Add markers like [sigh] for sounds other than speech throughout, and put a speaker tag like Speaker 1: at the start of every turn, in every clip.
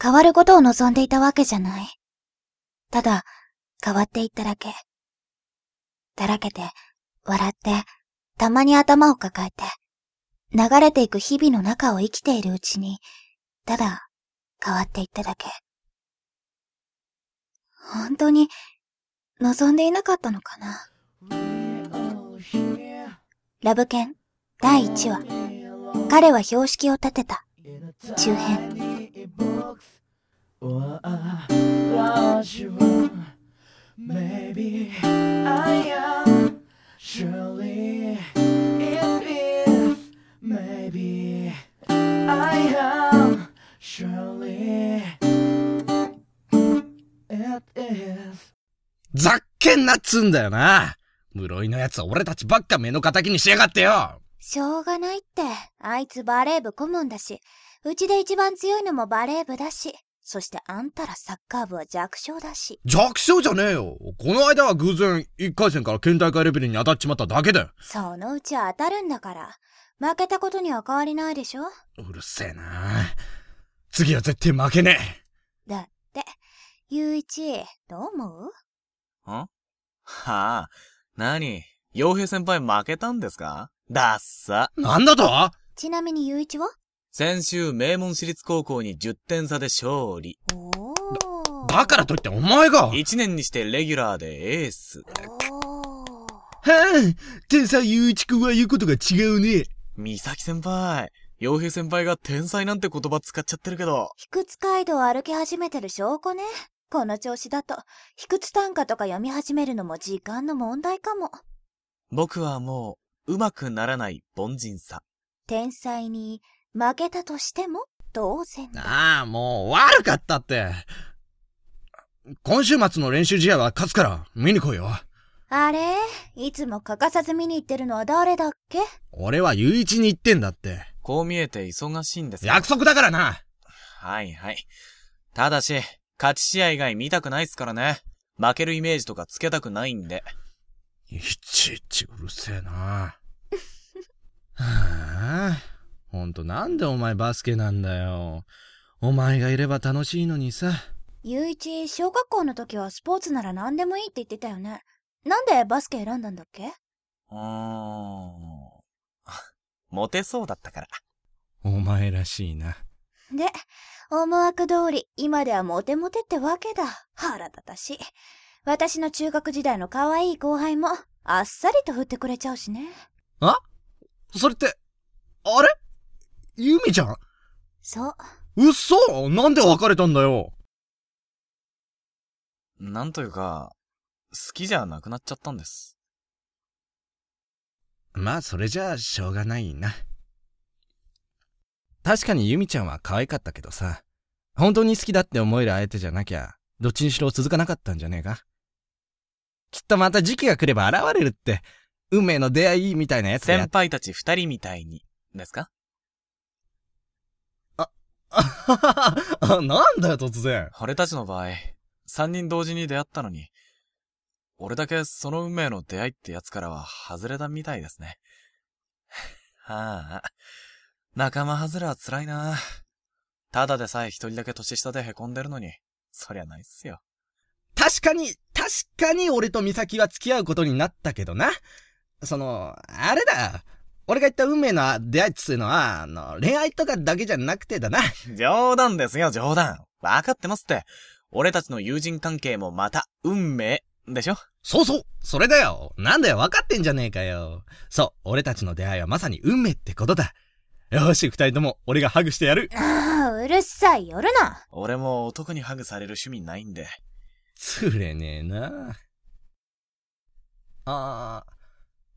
Speaker 1: 変わることを望んでいたわけじゃない。ただ、変わっていっただけ。だらけて、笑って、たまに頭を抱えて、流れていく日々の中を生きているうちに、ただ、変わっていっただけ。本当に、望んでいなかったのかな。ラブ犬、第1話。彼は標識を立てた。中編。
Speaker 2: Maybe I am surely it is maybe I am surely it is
Speaker 3: ざっけんなっつうんだよな。室井のやつは俺たちばっか目の敵にしやがってよ。
Speaker 1: しょうがないって。あいつバレー部顧問だし、うちで一番強いのもバレー部だし、そしてあんたらサッカー部は弱小だし。
Speaker 3: 弱小じゃねえよ。この間は偶然、一回戦から県大会レベルに当たっちまっただけだよ。
Speaker 1: そのうち当たるんだから。負けたことには変わりないでしょ
Speaker 3: うるせえな。次は絶対負けねえ。
Speaker 1: だって、ゆういち、どう思うん
Speaker 4: はあ、なに洋平先輩負けたんですかダッサ。
Speaker 3: なんだと
Speaker 1: ちなみにゆういちは
Speaker 4: 先週、名門私立高校に10点差で勝利。
Speaker 1: おー。
Speaker 3: だからといってお前が。
Speaker 4: 1年にしてレギュラーでエース。
Speaker 1: おー。
Speaker 3: ぁ、天才雄一くんは言うことが違うね。
Speaker 4: 美咲先輩。洋平先輩が天才なんて言葉使っちゃってるけど。
Speaker 1: 卑屈街道を歩き始めてる証拠ね。この調子だと、卑屈短歌とか読み始めるのも時間の問題かも。
Speaker 4: 僕はもう、上手くならない凡人さ。
Speaker 1: 天才に負けたとしても、当然だ。
Speaker 3: ああ、もう悪かったって。今週末の練習試合は勝つから、見に来いよ。
Speaker 1: あれいつも欠かさず見に行ってるのは誰だっけ
Speaker 3: 俺は雄一に言ってんだって。
Speaker 4: こう見えて忙しいんですよ
Speaker 3: 約束だからな。
Speaker 4: はいはい。ただし、勝ち試合以外見たくないっすからね。負けるイメージとかつけたくないんで。
Speaker 3: いちいちうるせえな。はあ、ほんとなんでお前バスケなんだよ。お前がいれば楽しいのにさ。
Speaker 1: ゆういち、小学校の時はスポーツなら何でもいいって言ってたよね。なんでバスケ選んだんだっけ
Speaker 4: うーん。モテそうだったから。
Speaker 3: お前らしいな。
Speaker 1: で、思惑通り、今ではモテモテってわけだ。腹立たしい。私の中学時代の可愛い後輩も、あっさりと振ってくれちゃうしね。
Speaker 3: それって、あれゆみちゃん
Speaker 1: そう。
Speaker 3: うっそなんで別れたんだよ。
Speaker 4: なんというか、好きじゃなくなっちゃったんです。
Speaker 3: まあ、それじゃあ、しょうがないな。確かにユミちゃんは可愛かったけどさ、本当に好きだって思える相手じゃなきゃ、どっちにしろ続かなかったんじゃねえかきっとまた時期が来れば現れるって、運命の出会いみたいなやつだよ
Speaker 4: 先輩たち二人みたいに、ですか
Speaker 3: あ、なんだよ突然。
Speaker 4: 俺たちの場合、三人同時に出会ったのに、俺だけその運命の出会いってやつからは外れたみたいですね。 [laughs] はあ、仲間外れは辛いな。ただでさえ一人だけ年下で凹んでるのに、そりゃないっすよ。
Speaker 3: 確かに、確かに俺と美咲は付き合うことになったけどな。その、あれだ。俺が言った運命の出会いっつうのは、あの、恋愛とかだけじゃなくてだな。
Speaker 4: [laughs] 冗談ですよ、冗談。わかってますって。俺たちの友人関係もまた、運命、でしょ
Speaker 3: そうそうそれだよなんだよ分かってんじゃねえかよそう、俺たちの出会いはまさに運命ってことだ。よし、二人とも俺がハグしてやる
Speaker 1: ああ、 [laughs] うるさい、寄るな。
Speaker 4: 俺も男にハグされる趣味ないんで。
Speaker 3: つれねえなあ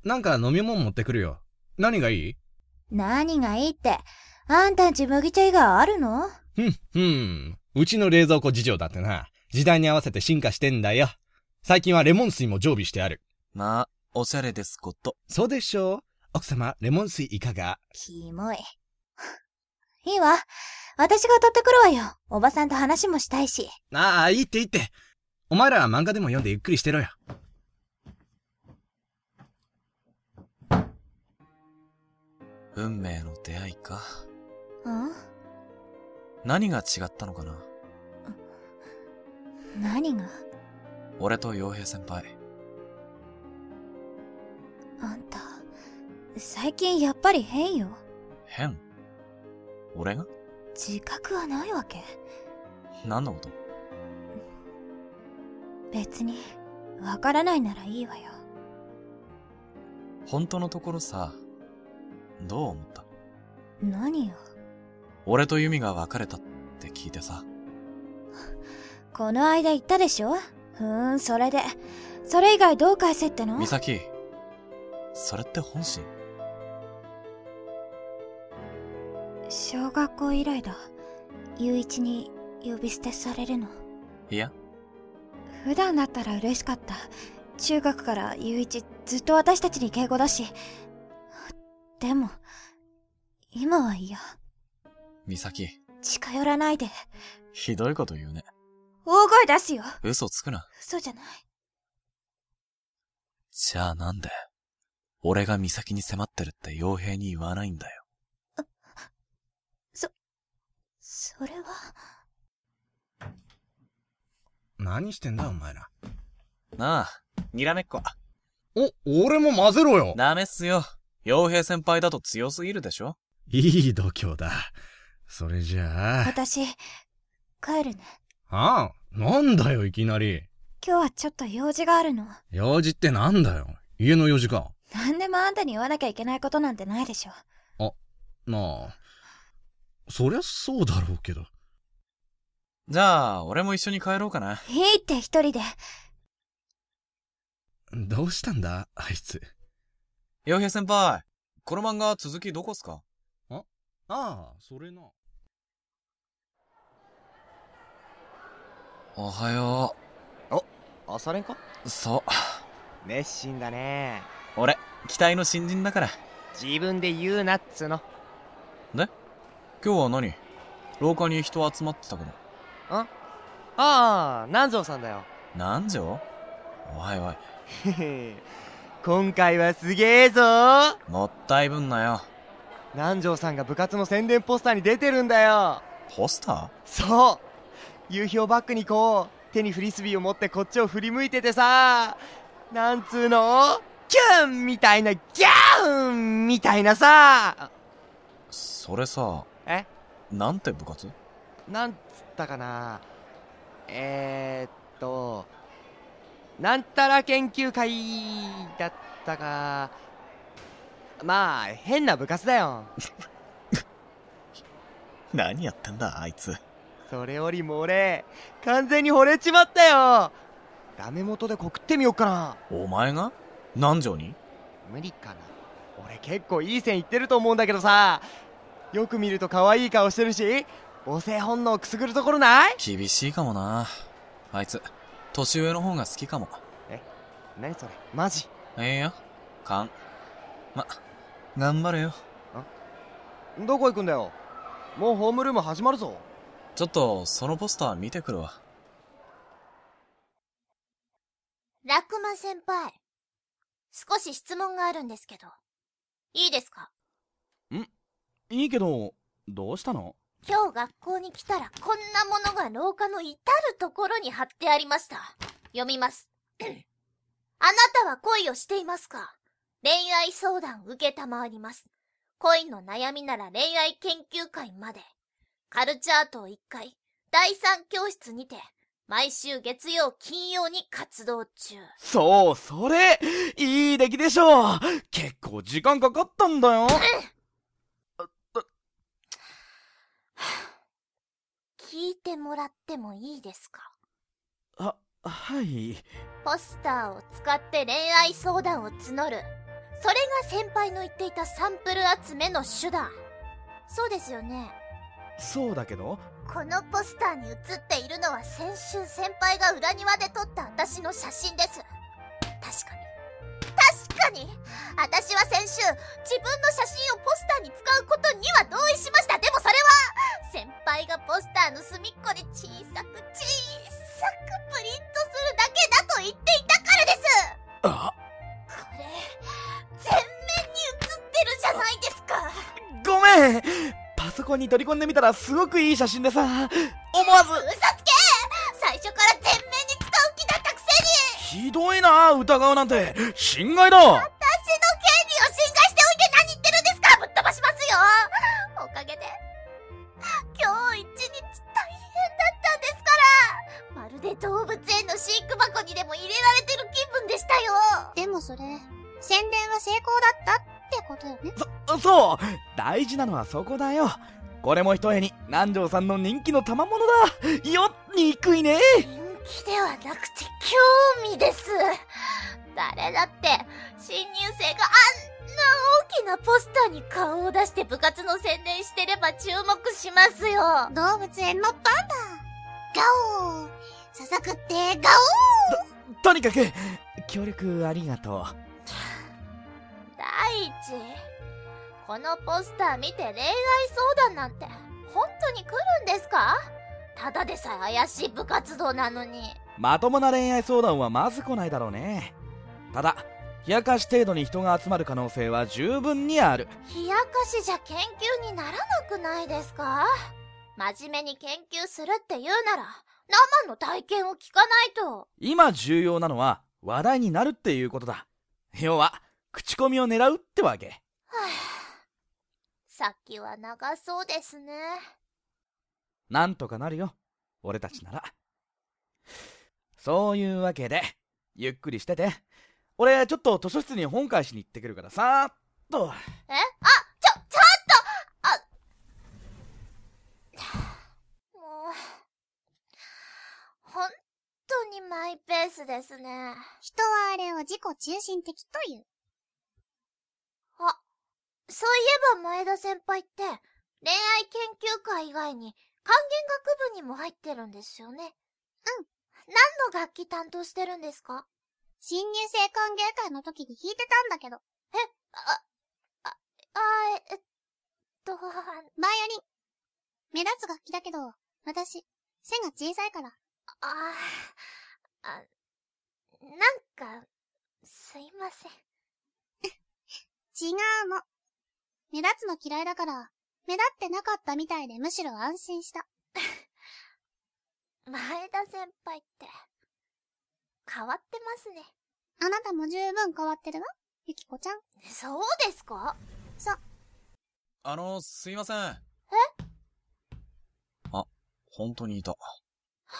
Speaker 3: ー、なんか飲み物持ってくるよ。何がいい
Speaker 1: 何がいいって、あんたんち麦茶以外あるの
Speaker 3: ふん、ふん。うちの冷蔵庫事情だってな。時代に合わせて進化してんだよ。最近はレモン水も常備してある。
Speaker 4: まあ、おしゃれですこと。
Speaker 3: そうでしょう奥様、レモン水いかが
Speaker 1: キモい。 [laughs] いいわ。私が取ってくるわよ。おばさんと話もしたいし。
Speaker 3: ああ、いいっていいって。お前らは漫画でも読んでゆっくりしてろよ。
Speaker 4: 運命の出会いか。
Speaker 1: うん
Speaker 4: 何が違ったのかな
Speaker 1: 何が
Speaker 4: 俺と洋平先輩。
Speaker 1: あんた、最近やっぱり変よ。
Speaker 4: 変俺が
Speaker 1: 自覚はないわけ。
Speaker 4: 何のこと
Speaker 1: 別に、わからないならいいわよ。
Speaker 4: 本当のところさ、どう思った
Speaker 1: 何よ。
Speaker 4: 俺とユミが別れたって聞いてさ。
Speaker 1: この間言ったでしょふーん、それで。それ以外どう返せっての
Speaker 4: 美咲、それって本心
Speaker 1: 小学校以来だ。雄一に呼び捨てされるの。
Speaker 4: いや、
Speaker 1: 普段だったら嬉しかった。中学から雄一ずっと私たちに敬語だし。でも、今は嫌。
Speaker 4: 美咲、
Speaker 1: 近寄らないで。
Speaker 4: ひどいこと言うね。
Speaker 1: 大声出すよ
Speaker 4: 嘘つくな。
Speaker 1: 嘘じゃない。
Speaker 4: じゃあなんで、俺が美咲に迫ってるって傭兵に言わないんだよ。
Speaker 1: それは、
Speaker 3: 何してんだ、お前ら。
Speaker 4: なあ、にらめっこ。
Speaker 3: お、俺も混ぜろよ
Speaker 4: ダメっすよ。傭兵先輩だと強すぎるでしょ
Speaker 3: いい度胸だ。それじゃあ。
Speaker 1: 私、帰るね。
Speaker 3: ああ、なんだよ、いきなり。
Speaker 1: 今日はちょっと用事があるの。
Speaker 3: 用事ってなんだよ。家の用事か。
Speaker 1: 何でもあんたに言わなきゃいけないことなんてないでしょ。
Speaker 3: なあ。そりゃそうだろうけど。
Speaker 4: じゃあ、俺も一緒に帰ろうかな。
Speaker 1: いいって一人で。
Speaker 3: どうしたんだ、あいつ。
Speaker 4: 傭兵先輩、この漫画続きどこっすか
Speaker 3: ああ、それな。
Speaker 4: おはよ
Speaker 5: 朝練か
Speaker 4: う。そう。
Speaker 5: 熱心だね
Speaker 4: 俺、期待の新人だから。
Speaker 5: 自分で言うなっつうの
Speaker 4: 今日は何廊下に人集まってたけど。
Speaker 5: ああ南條さんだよ
Speaker 4: 何時おいおい、
Speaker 5: へへ [laughs] 今回はすげえぞー
Speaker 4: もったいぶんなよ。
Speaker 5: 南條さんが部活の宣伝ポスターに出てるんだよ
Speaker 4: ポスタ
Speaker 5: そう夕日をバックにこう手にフリスビーを持ってこっちを振り向いててさなんつうのキュンみたいなギャーンみたいなさ
Speaker 4: ーそれさ、
Speaker 5: え
Speaker 4: なんて部活
Speaker 5: なんつったかなえー、っとなんたら研究会だったかまあ変な部活だよ
Speaker 4: 何やってんだ、あいつ。
Speaker 5: それよりも俺完全に惚れちまったよダメ元で告ってみよっかな
Speaker 4: お前が何時に
Speaker 5: 無理かな俺結構いい線いってると思うんだけどさよく見ると可愛い顔してるし母性本能くすぐるところない
Speaker 4: 厳しいかもな。あいつ、年上の方が好きかも。
Speaker 5: 何それマジ
Speaker 4: ええよ。かん。ま、頑張れよ。
Speaker 5: どこ行くんだよもうホームルーム始まるぞ
Speaker 4: ちょっと、そのポスター見てくるわ。
Speaker 6: ラクマ先輩。少し質問があるんですけど。いいですか
Speaker 7: いいけど、どうしたの
Speaker 6: 今日学校に来たらこんなものが廊下の至るところに貼ってありました。読みます。 [clears throat] あなたは恋をしていますか恋愛相談受けたまわります。恋の悩みなら恋愛研究会まで。カルチャートを1回、第3教室にて、毎週月曜金曜に活動中。
Speaker 7: そう、それいい出来でしょう結構時間かかったんだよ
Speaker 6: 聞いてもらってもいいですか
Speaker 7: は、はい。
Speaker 6: ポスターを使って恋愛相談を募る。それが先輩の言っていたサンプル集めの手段。そうですよね。
Speaker 7: そうだけど、
Speaker 6: このポスターに写っているのは先週先輩が裏庭で撮った私の写真です。確かに。確かに私は先週、自分の写真をポスターに使うことには同意しました。でもそれは、先輩がポスターの隅っこで小さく小さくプリントするだけだと言っていたからです
Speaker 7: あ、
Speaker 6: これ、全面に映ってるじゃないですか
Speaker 7: ごめんパソコンに取り込んでみたらすごくいい写真でさ、思わず
Speaker 6: 嘘つけ最初から全面
Speaker 7: 女疑うなんて侵害だ
Speaker 6: 私の権利を侵害しておいて何言ってるんですかぶっ飛ばしますよおかげで、今日一日大変だったんですからまるで動物園の飼育箱にでも入れられてる気分でしたよ
Speaker 8: でもそれ、宣伝は成功だったってことよね。
Speaker 7: そそう大事なのはそこだよこれも一重に南條さんの人気の賜物だよっ憎いね
Speaker 6: 人気ではなくて興味です誰だって、新入生があんな大きなポスターに顔を出して部活の宣伝してれば注目しますよ
Speaker 8: 動物園のパンダガオーささくってガ
Speaker 7: とにかく協力ありがと
Speaker 6: 第一このポスター見て恋愛相談なんて本当に来るんですかただでさえ怪しい部活動なのに
Speaker 7: うまともな恋愛相談はまず来ないだろうねただ冷やかし程度に人が集まる可能性は十分にある
Speaker 6: 冷やかしじゃ研究にならなくないですか真面目に研究するって言うなら生の体験を聞かないと
Speaker 7: 今重要なのは話題になるっていうことだ要は口コミを狙うってわけ
Speaker 6: さっきは長そうですね
Speaker 7: なんとかなるよ俺たちならそういうわけでゆっくりしてて俺ちょっと図書室に本返しに行ってくるからさーっと
Speaker 6: えあちょちょっとあもう本当にマイペースですね
Speaker 8: 人はあれを自己中心的という。
Speaker 6: そういえば前田先輩って、恋愛研究会以外に、管弦楽部にも入ってるんですよね。うん。何の楽器担当してるんですか
Speaker 8: 新入生歓迎会の時に弾いてたんだけど、
Speaker 6: あー、えっと、
Speaker 8: バイオリン。目立つ楽器だけど、私、背が小さいから。
Speaker 6: あー、あ、なんか、すいません。
Speaker 8: [laughs] 違うの。目立つの嫌いだから、目立ってなかったみたいでむしろ安心した。
Speaker 6: [laughs] 前田先輩って、変わってますね。
Speaker 8: あなたも十分変わってるわ、ゆきこちゃん。
Speaker 6: そうですか
Speaker 4: あの、すいません。えあ、本当にいた。
Speaker 6: え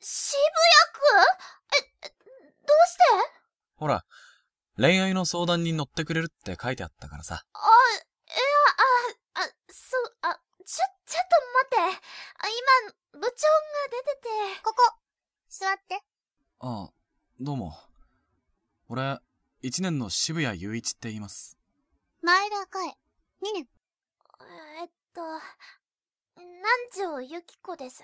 Speaker 6: 渋谷区え、えどうして
Speaker 4: ほら、恋愛の相談に乗ってくれるって書いてあったからさ。
Speaker 6: あ、いや、あ、あ、そう、あ、ちょ、ちょっと待って。あ今、部長が出てて。
Speaker 8: ここ、座って。
Speaker 4: ああ、どうも。俺、一年の渋谷雄一って言います。
Speaker 8: 前田赤江、2年。
Speaker 6: えっと、南條ゆき子です。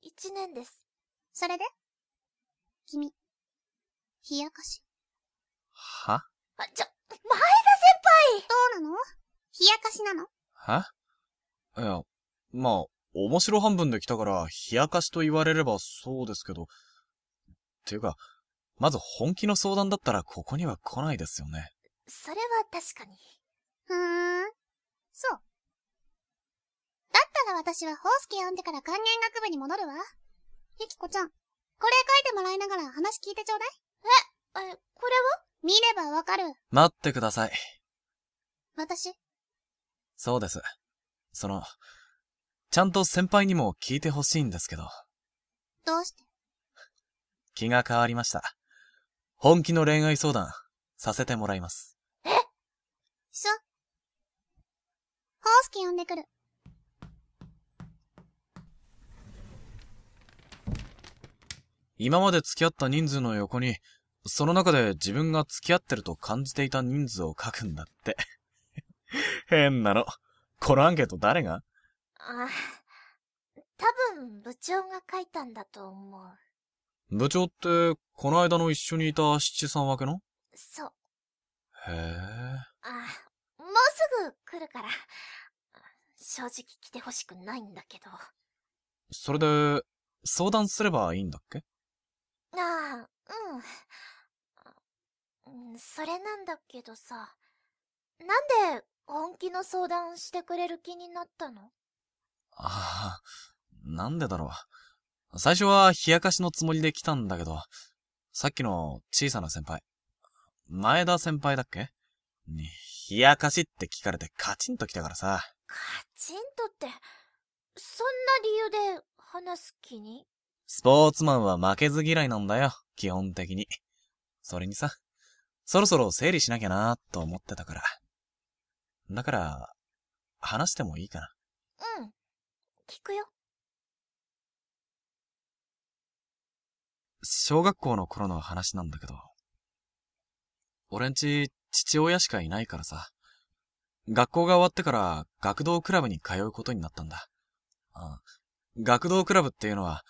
Speaker 6: 一年です。
Speaker 8: それで君、冷やかし。
Speaker 4: は
Speaker 6: あ、ちょ、前田先
Speaker 8: どうなの冷やかしなの
Speaker 4: はいや、まあ、面白半分で来たから、冷やかしと言われればそうですけど。ていうか、まず本気の相談だったらここには来ないですよね。
Speaker 6: それは確かに。
Speaker 8: ふーん。そう。だったら私はホースケ読んでから管弦学部に戻るわ。ゆきこちゃん、これ書いてもらいながら話聞いてちょうだい。
Speaker 6: え、これは
Speaker 8: 見ればわかる。
Speaker 4: 待ってください。
Speaker 8: 私、
Speaker 4: そうです。その、ちゃんと先輩にも聞いてほしいんですけど、
Speaker 8: どうして
Speaker 4: 気が変わりました。本気の恋愛相談、させてもらいます。
Speaker 8: そう。ホースケ呼んでくる。
Speaker 4: 今まで付き合った人数の横に、その中で自分が付き合ってると感じていた人数を書くんだって。 [laughs] 変なの。このアンケート誰が
Speaker 6: あ、多分部長が書いたんだと思う。
Speaker 4: 部長って、この間の一緒にいた七三分けの
Speaker 6: そう。
Speaker 4: へえ。
Speaker 6: あ、もうすぐ来るから。正直来てほしくないんだけど。
Speaker 4: それで、相談すればいいんだっけ
Speaker 6: ああ、うん。うんそれなんだけどさ。なんで本気の相談してくれる気になったの
Speaker 4: ああ、なんでだろう。最初は冷やかしのつもりで来たんだけど、さっきの小さな先輩。前田先輩だっけに、冷やかしって聞かれてカチンと来たからさ。
Speaker 6: カチンとって、そんな理由で話す気に
Speaker 4: スポーツマンは負けず嫌いなんだよ、基本的に。それにさ、そろそろ整理しなきゃなーと思ってたから。だから、話してもいいかな。
Speaker 6: うん。聞くよ。
Speaker 4: 小学校の頃の話なんだけど。俺んち、父親しかいないからさ。学校が終わってから、学童クラブに通うことになったんだ。ああ学童クラブっていうのは、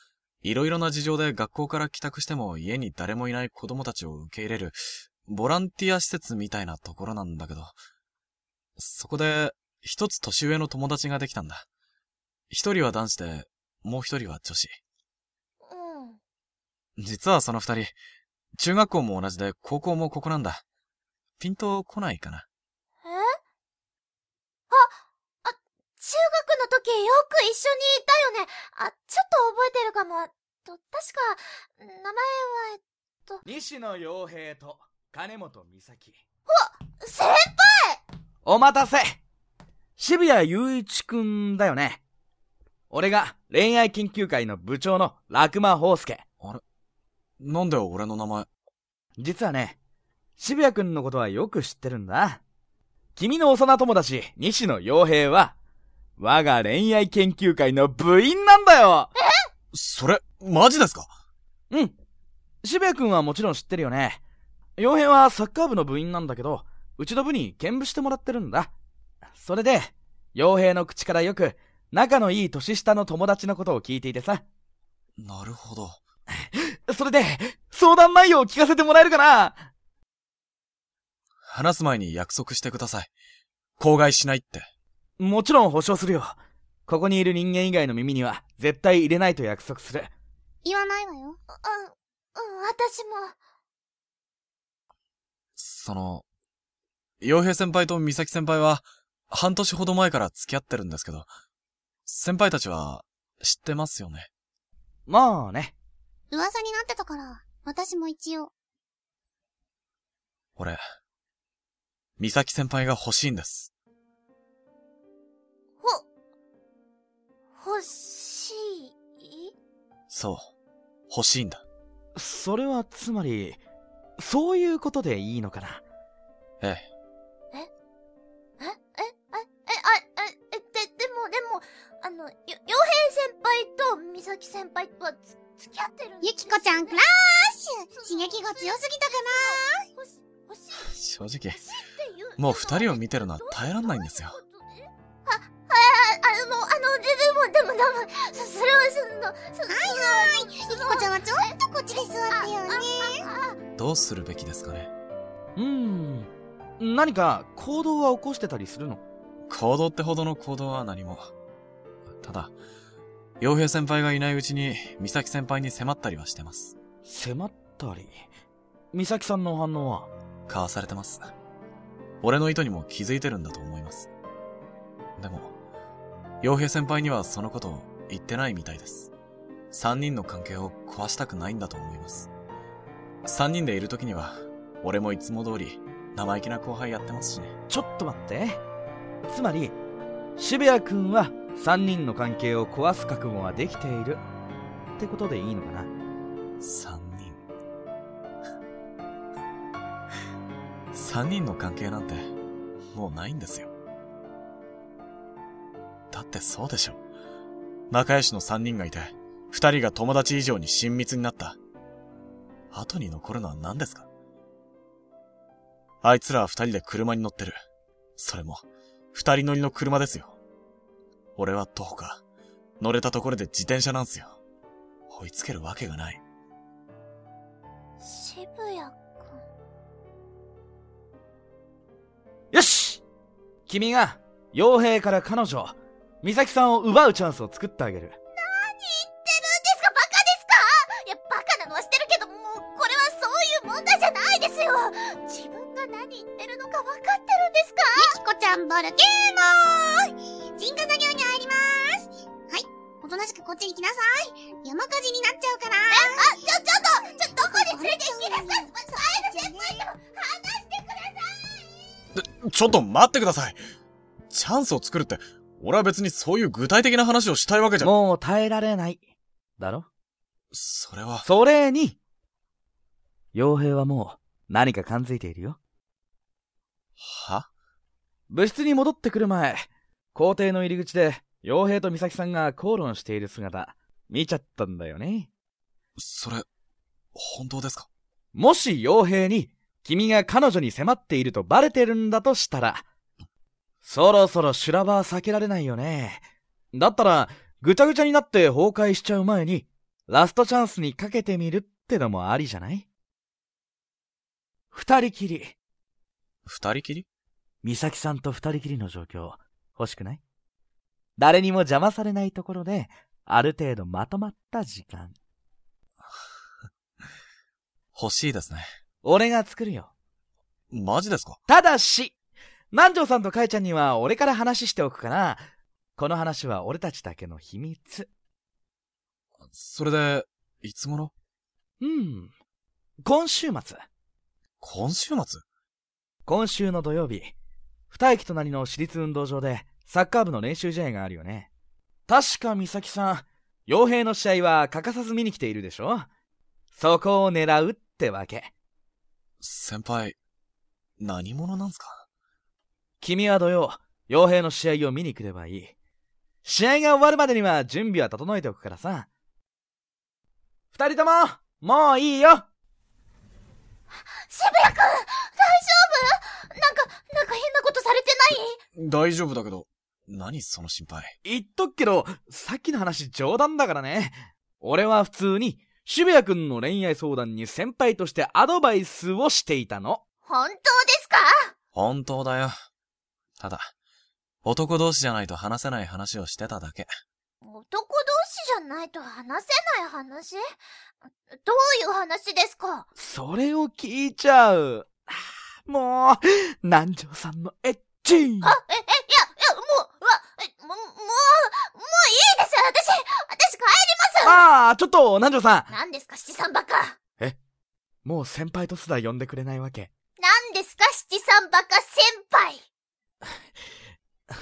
Speaker 4: いろいろな事情で学校から帰宅しても家に誰もいない子供たちを受け入れる、ボランティア施設みたいなところなんだけど、そこで、一つ年上の友達ができたんだ。一人は男子で、もう一人は女子。
Speaker 6: うん。
Speaker 4: 実はその二人、中学校も同じで高校もここなんだ。ピンと来ないかな。
Speaker 6: えあ、あ、中学の時よく一緒にいたよね。あ、ちょっと覚えてるかも。と、確か、名前は、
Speaker 7: 西野洋平と金本美咲
Speaker 6: 先
Speaker 7: お待たせ渋谷雄一くんだよね俺が恋愛研究会の部長の落馬宝介
Speaker 4: なんで俺の名前、
Speaker 7: 実はね、渋谷くんのことはよく知ってるんだ。君の幼友達、西野洋平は、我が恋愛研究会の部員なんだよ
Speaker 4: それ、マジですか
Speaker 7: うん。渋谷くんはもちろん知ってるよね。洋平はサッカー部の部員なんだけど、うちの部に見舞してもらってるんだ。それで、洋平の口からよく、仲のいい年下の友達のことを聞いていてさ。
Speaker 4: なるほど。
Speaker 7: それで、相談内容を聞かせてもらえるかな
Speaker 4: 話す前に約束してください。口外しないって。
Speaker 7: もちろん保証するよ。ここにいる人間以外の耳には絶対入れないと約束する。
Speaker 8: 言わないわよ。
Speaker 6: 輩うん、うん、私も。
Speaker 4: その、洋平先輩と美咲先輩は、半年ほど前から付き合ってるんですけど、先輩たちは、知ってますよね。
Speaker 7: まあね。
Speaker 8: 噂になってたから、私も一応。
Speaker 4: 俺、美咲先輩が欲しいんです。
Speaker 6: ほ、欲しい
Speaker 4: そう。欲しいんだ。
Speaker 7: それはつまり、そういうことでいいのかな。
Speaker 4: ええ。
Speaker 6: ええええあええででもでもあのよ洋平先輩と美咲先輩はつ付き合ってるん
Speaker 8: ゆきこちゃんクラッシュ刺激が強すぎたか
Speaker 6: な欲し欲しい
Speaker 4: 正
Speaker 6: 欲
Speaker 4: 直、
Speaker 6: しいっていう
Speaker 4: もう二人を見てるのは耐えらんないんですよ
Speaker 6: どういうことねあはいああのあのででもでもでもそそれはそのそのはいはい
Speaker 8: ゆきこちゃんはちょっとこっちで座ってよね。
Speaker 4: どうするべきですかね。
Speaker 7: うーん。何か行動は起こしてたりするの
Speaker 4: 行動ってほどの行動は何も。ただ、洋平先輩がいないうちに、美咲先輩に迫ったりはしてます。
Speaker 7: 迫ったり。美咲さんの反応は
Speaker 4: かわされてます。俺の意図にも気づいてるんだと思います。でも、洋平先輩にはそのことを言ってないみたいです。三人の関係を壊したくないんだと思います。三人でいる時には、俺もいつも通り、生意気な後輩やってますしね。
Speaker 7: ちょっと待って。つまり、渋谷くんは3人の関係を壊す覚悟はできている。ってことでいいのかな
Speaker 4: 三人。三人の関係なんて、もうないんですよ。だってそうでしょ。仲良しの三人がいて、二人が友達以上に親密になった。後に残るのは何ですかあいつらは二人で車に乗ってる。それも、二人乗りの車ですよ。俺はどうか、乗れたところで自転車なんすよ。追いつけるわけがない。
Speaker 6: 渋谷くん
Speaker 7: よし君が、傭兵から彼女、美咲さんを奪うチャンスを作ってあげる。
Speaker 6: 知ってるんですかバカですかいやバカなのはしてるけどもうこれはそういう問題じゃないですよ自分が何言ってるのか分かってるんですか
Speaker 8: ゆきこちゃんボルケーノ人家作業に入りますはい、おとなしくこっちに来なさい。山火事になっちゃうから。
Speaker 6: ちょ、ちょっと、ちょ、どこに連れて行き
Speaker 4: ちょっと待ってください。チャンスを作るって、俺は別にそういう具体的な話をしたいわけじゃ、
Speaker 7: もう耐えられない。だろ
Speaker 4: それは、
Speaker 7: それに、傭兵はもう何か感づいているよ。
Speaker 4: は
Speaker 7: 部室に戻ってくる前、校庭の入り口で傭兵と美咲さんが口論している姿、見ちゃったんだよね。
Speaker 4: それ、本当ですか
Speaker 7: もし傭兵に君が彼女に迫っているとバレてるんだとしたら、そろそろ修羅場は避けられないよね。だったら、ぐちゃぐちゃになって崩壊しちゃう前に、ラストチャンスにかけてみるってのもありじゃない二人きり、
Speaker 4: 二人きり
Speaker 7: 美咲さんと二人きりの状況、欲しくない誰にも邪魔されないところで、ある程度まとまった時間。
Speaker 4: 欲しいですね。
Speaker 7: 俺が作るよ。
Speaker 4: マジですか
Speaker 7: ただし、南條さんとカイちゃんには俺から話しておくから、この話は俺たちだけの秘密。
Speaker 4: それで、いつ頃
Speaker 7: うん。今週末、
Speaker 4: 今週末
Speaker 7: 今週の土曜日、二駅隣の私立運動場でサッカー部の練習試合があるよね。確か美咲さん、傭兵の試合は欠かさず見に来ているでしょそこを狙うってわけ。
Speaker 4: 先輩、何者なんすか
Speaker 7: 君は土曜、傭兵の試合を見に来ればいい。試合が終わるまでには準備は整えておくからさ。二人とも、もういいよ
Speaker 6: 渋谷くん大丈夫なんか、なんか変なことされてない
Speaker 4: 大丈夫だけど、何その心配。
Speaker 7: 言っとくけど、さっきの話冗談だからね。俺は普通に、渋谷くんの恋愛相談に先輩としてアドバイスをしていたの。
Speaker 6: 本当ですか
Speaker 4: 本当だよ。ただ、男同士じゃないと話せない話をしてただけ。
Speaker 6: 男同士じゃないと話せない話どういう話ですか
Speaker 7: それを聞いちゃう。もう、南條さんのエッチ
Speaker 6: あ、え、え、いや、いや、もう、うわ、え、もう、もう、もういいです私、私帰りま
Speaker 7: ああ、ちょっと、南條さ
Speaker 6: す何ですか、七三バカ
Speaker 7: ん。もう先輩とすら呼んでくれないわけ。
Speaker 6: 何ですか、七三バカ先輩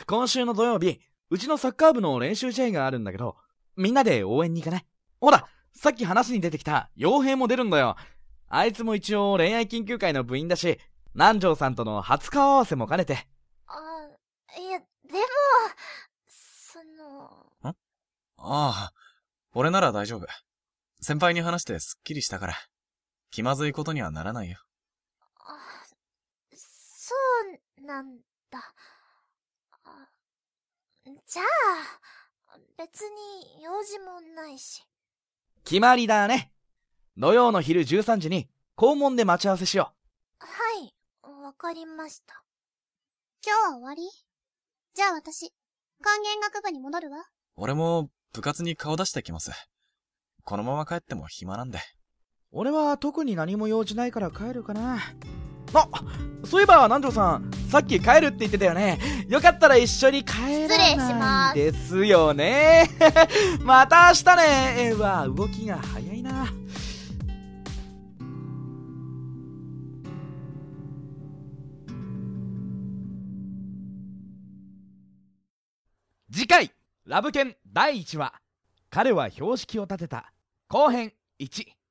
Speaker 7: 今週の土曜日、うちのサッカー部の練習試合があるんだけど、みんなで応援に行かないほら、さっき話に出てきた傭兵も出るんだよ。あいつも一応恋愛研究会の部員だし、南條さんとの初顔合わせも兼ねて。
Speaker 6: あ、いや、でも、その、
Speaker 4: ああ、俺なら大丈夫。先輩に話してスッキリしたから、気まずいことにはならないよ。
Speaker 6: あ、そうなんだ。あじゃあ、別に用事もないし。
Speaker 7: 決まりだね。土曜の昼13時に、校門で待ち合わせしよ
Speaker 6: はい、わかりました。
Speaker 8: 今日は終わりじゃあ私、管弦学部に戻るわ。
Speaker 4: 俺も部活に顔出してきます。このまま帰っても暇なんで。
Speaker 7: う。俺は特に何も用事ないから帰るかな。あ、そういえば南條さん、さっき帰るって言ってたよね。よかったら一緒に帰らない
Speaker 6: 失礼します
Speaker 7: ですよね。 [laughs] また明日ね。えーわあ、動きが早いな。次回、ラブ犬第1話。彼は標識を立てた。後編1。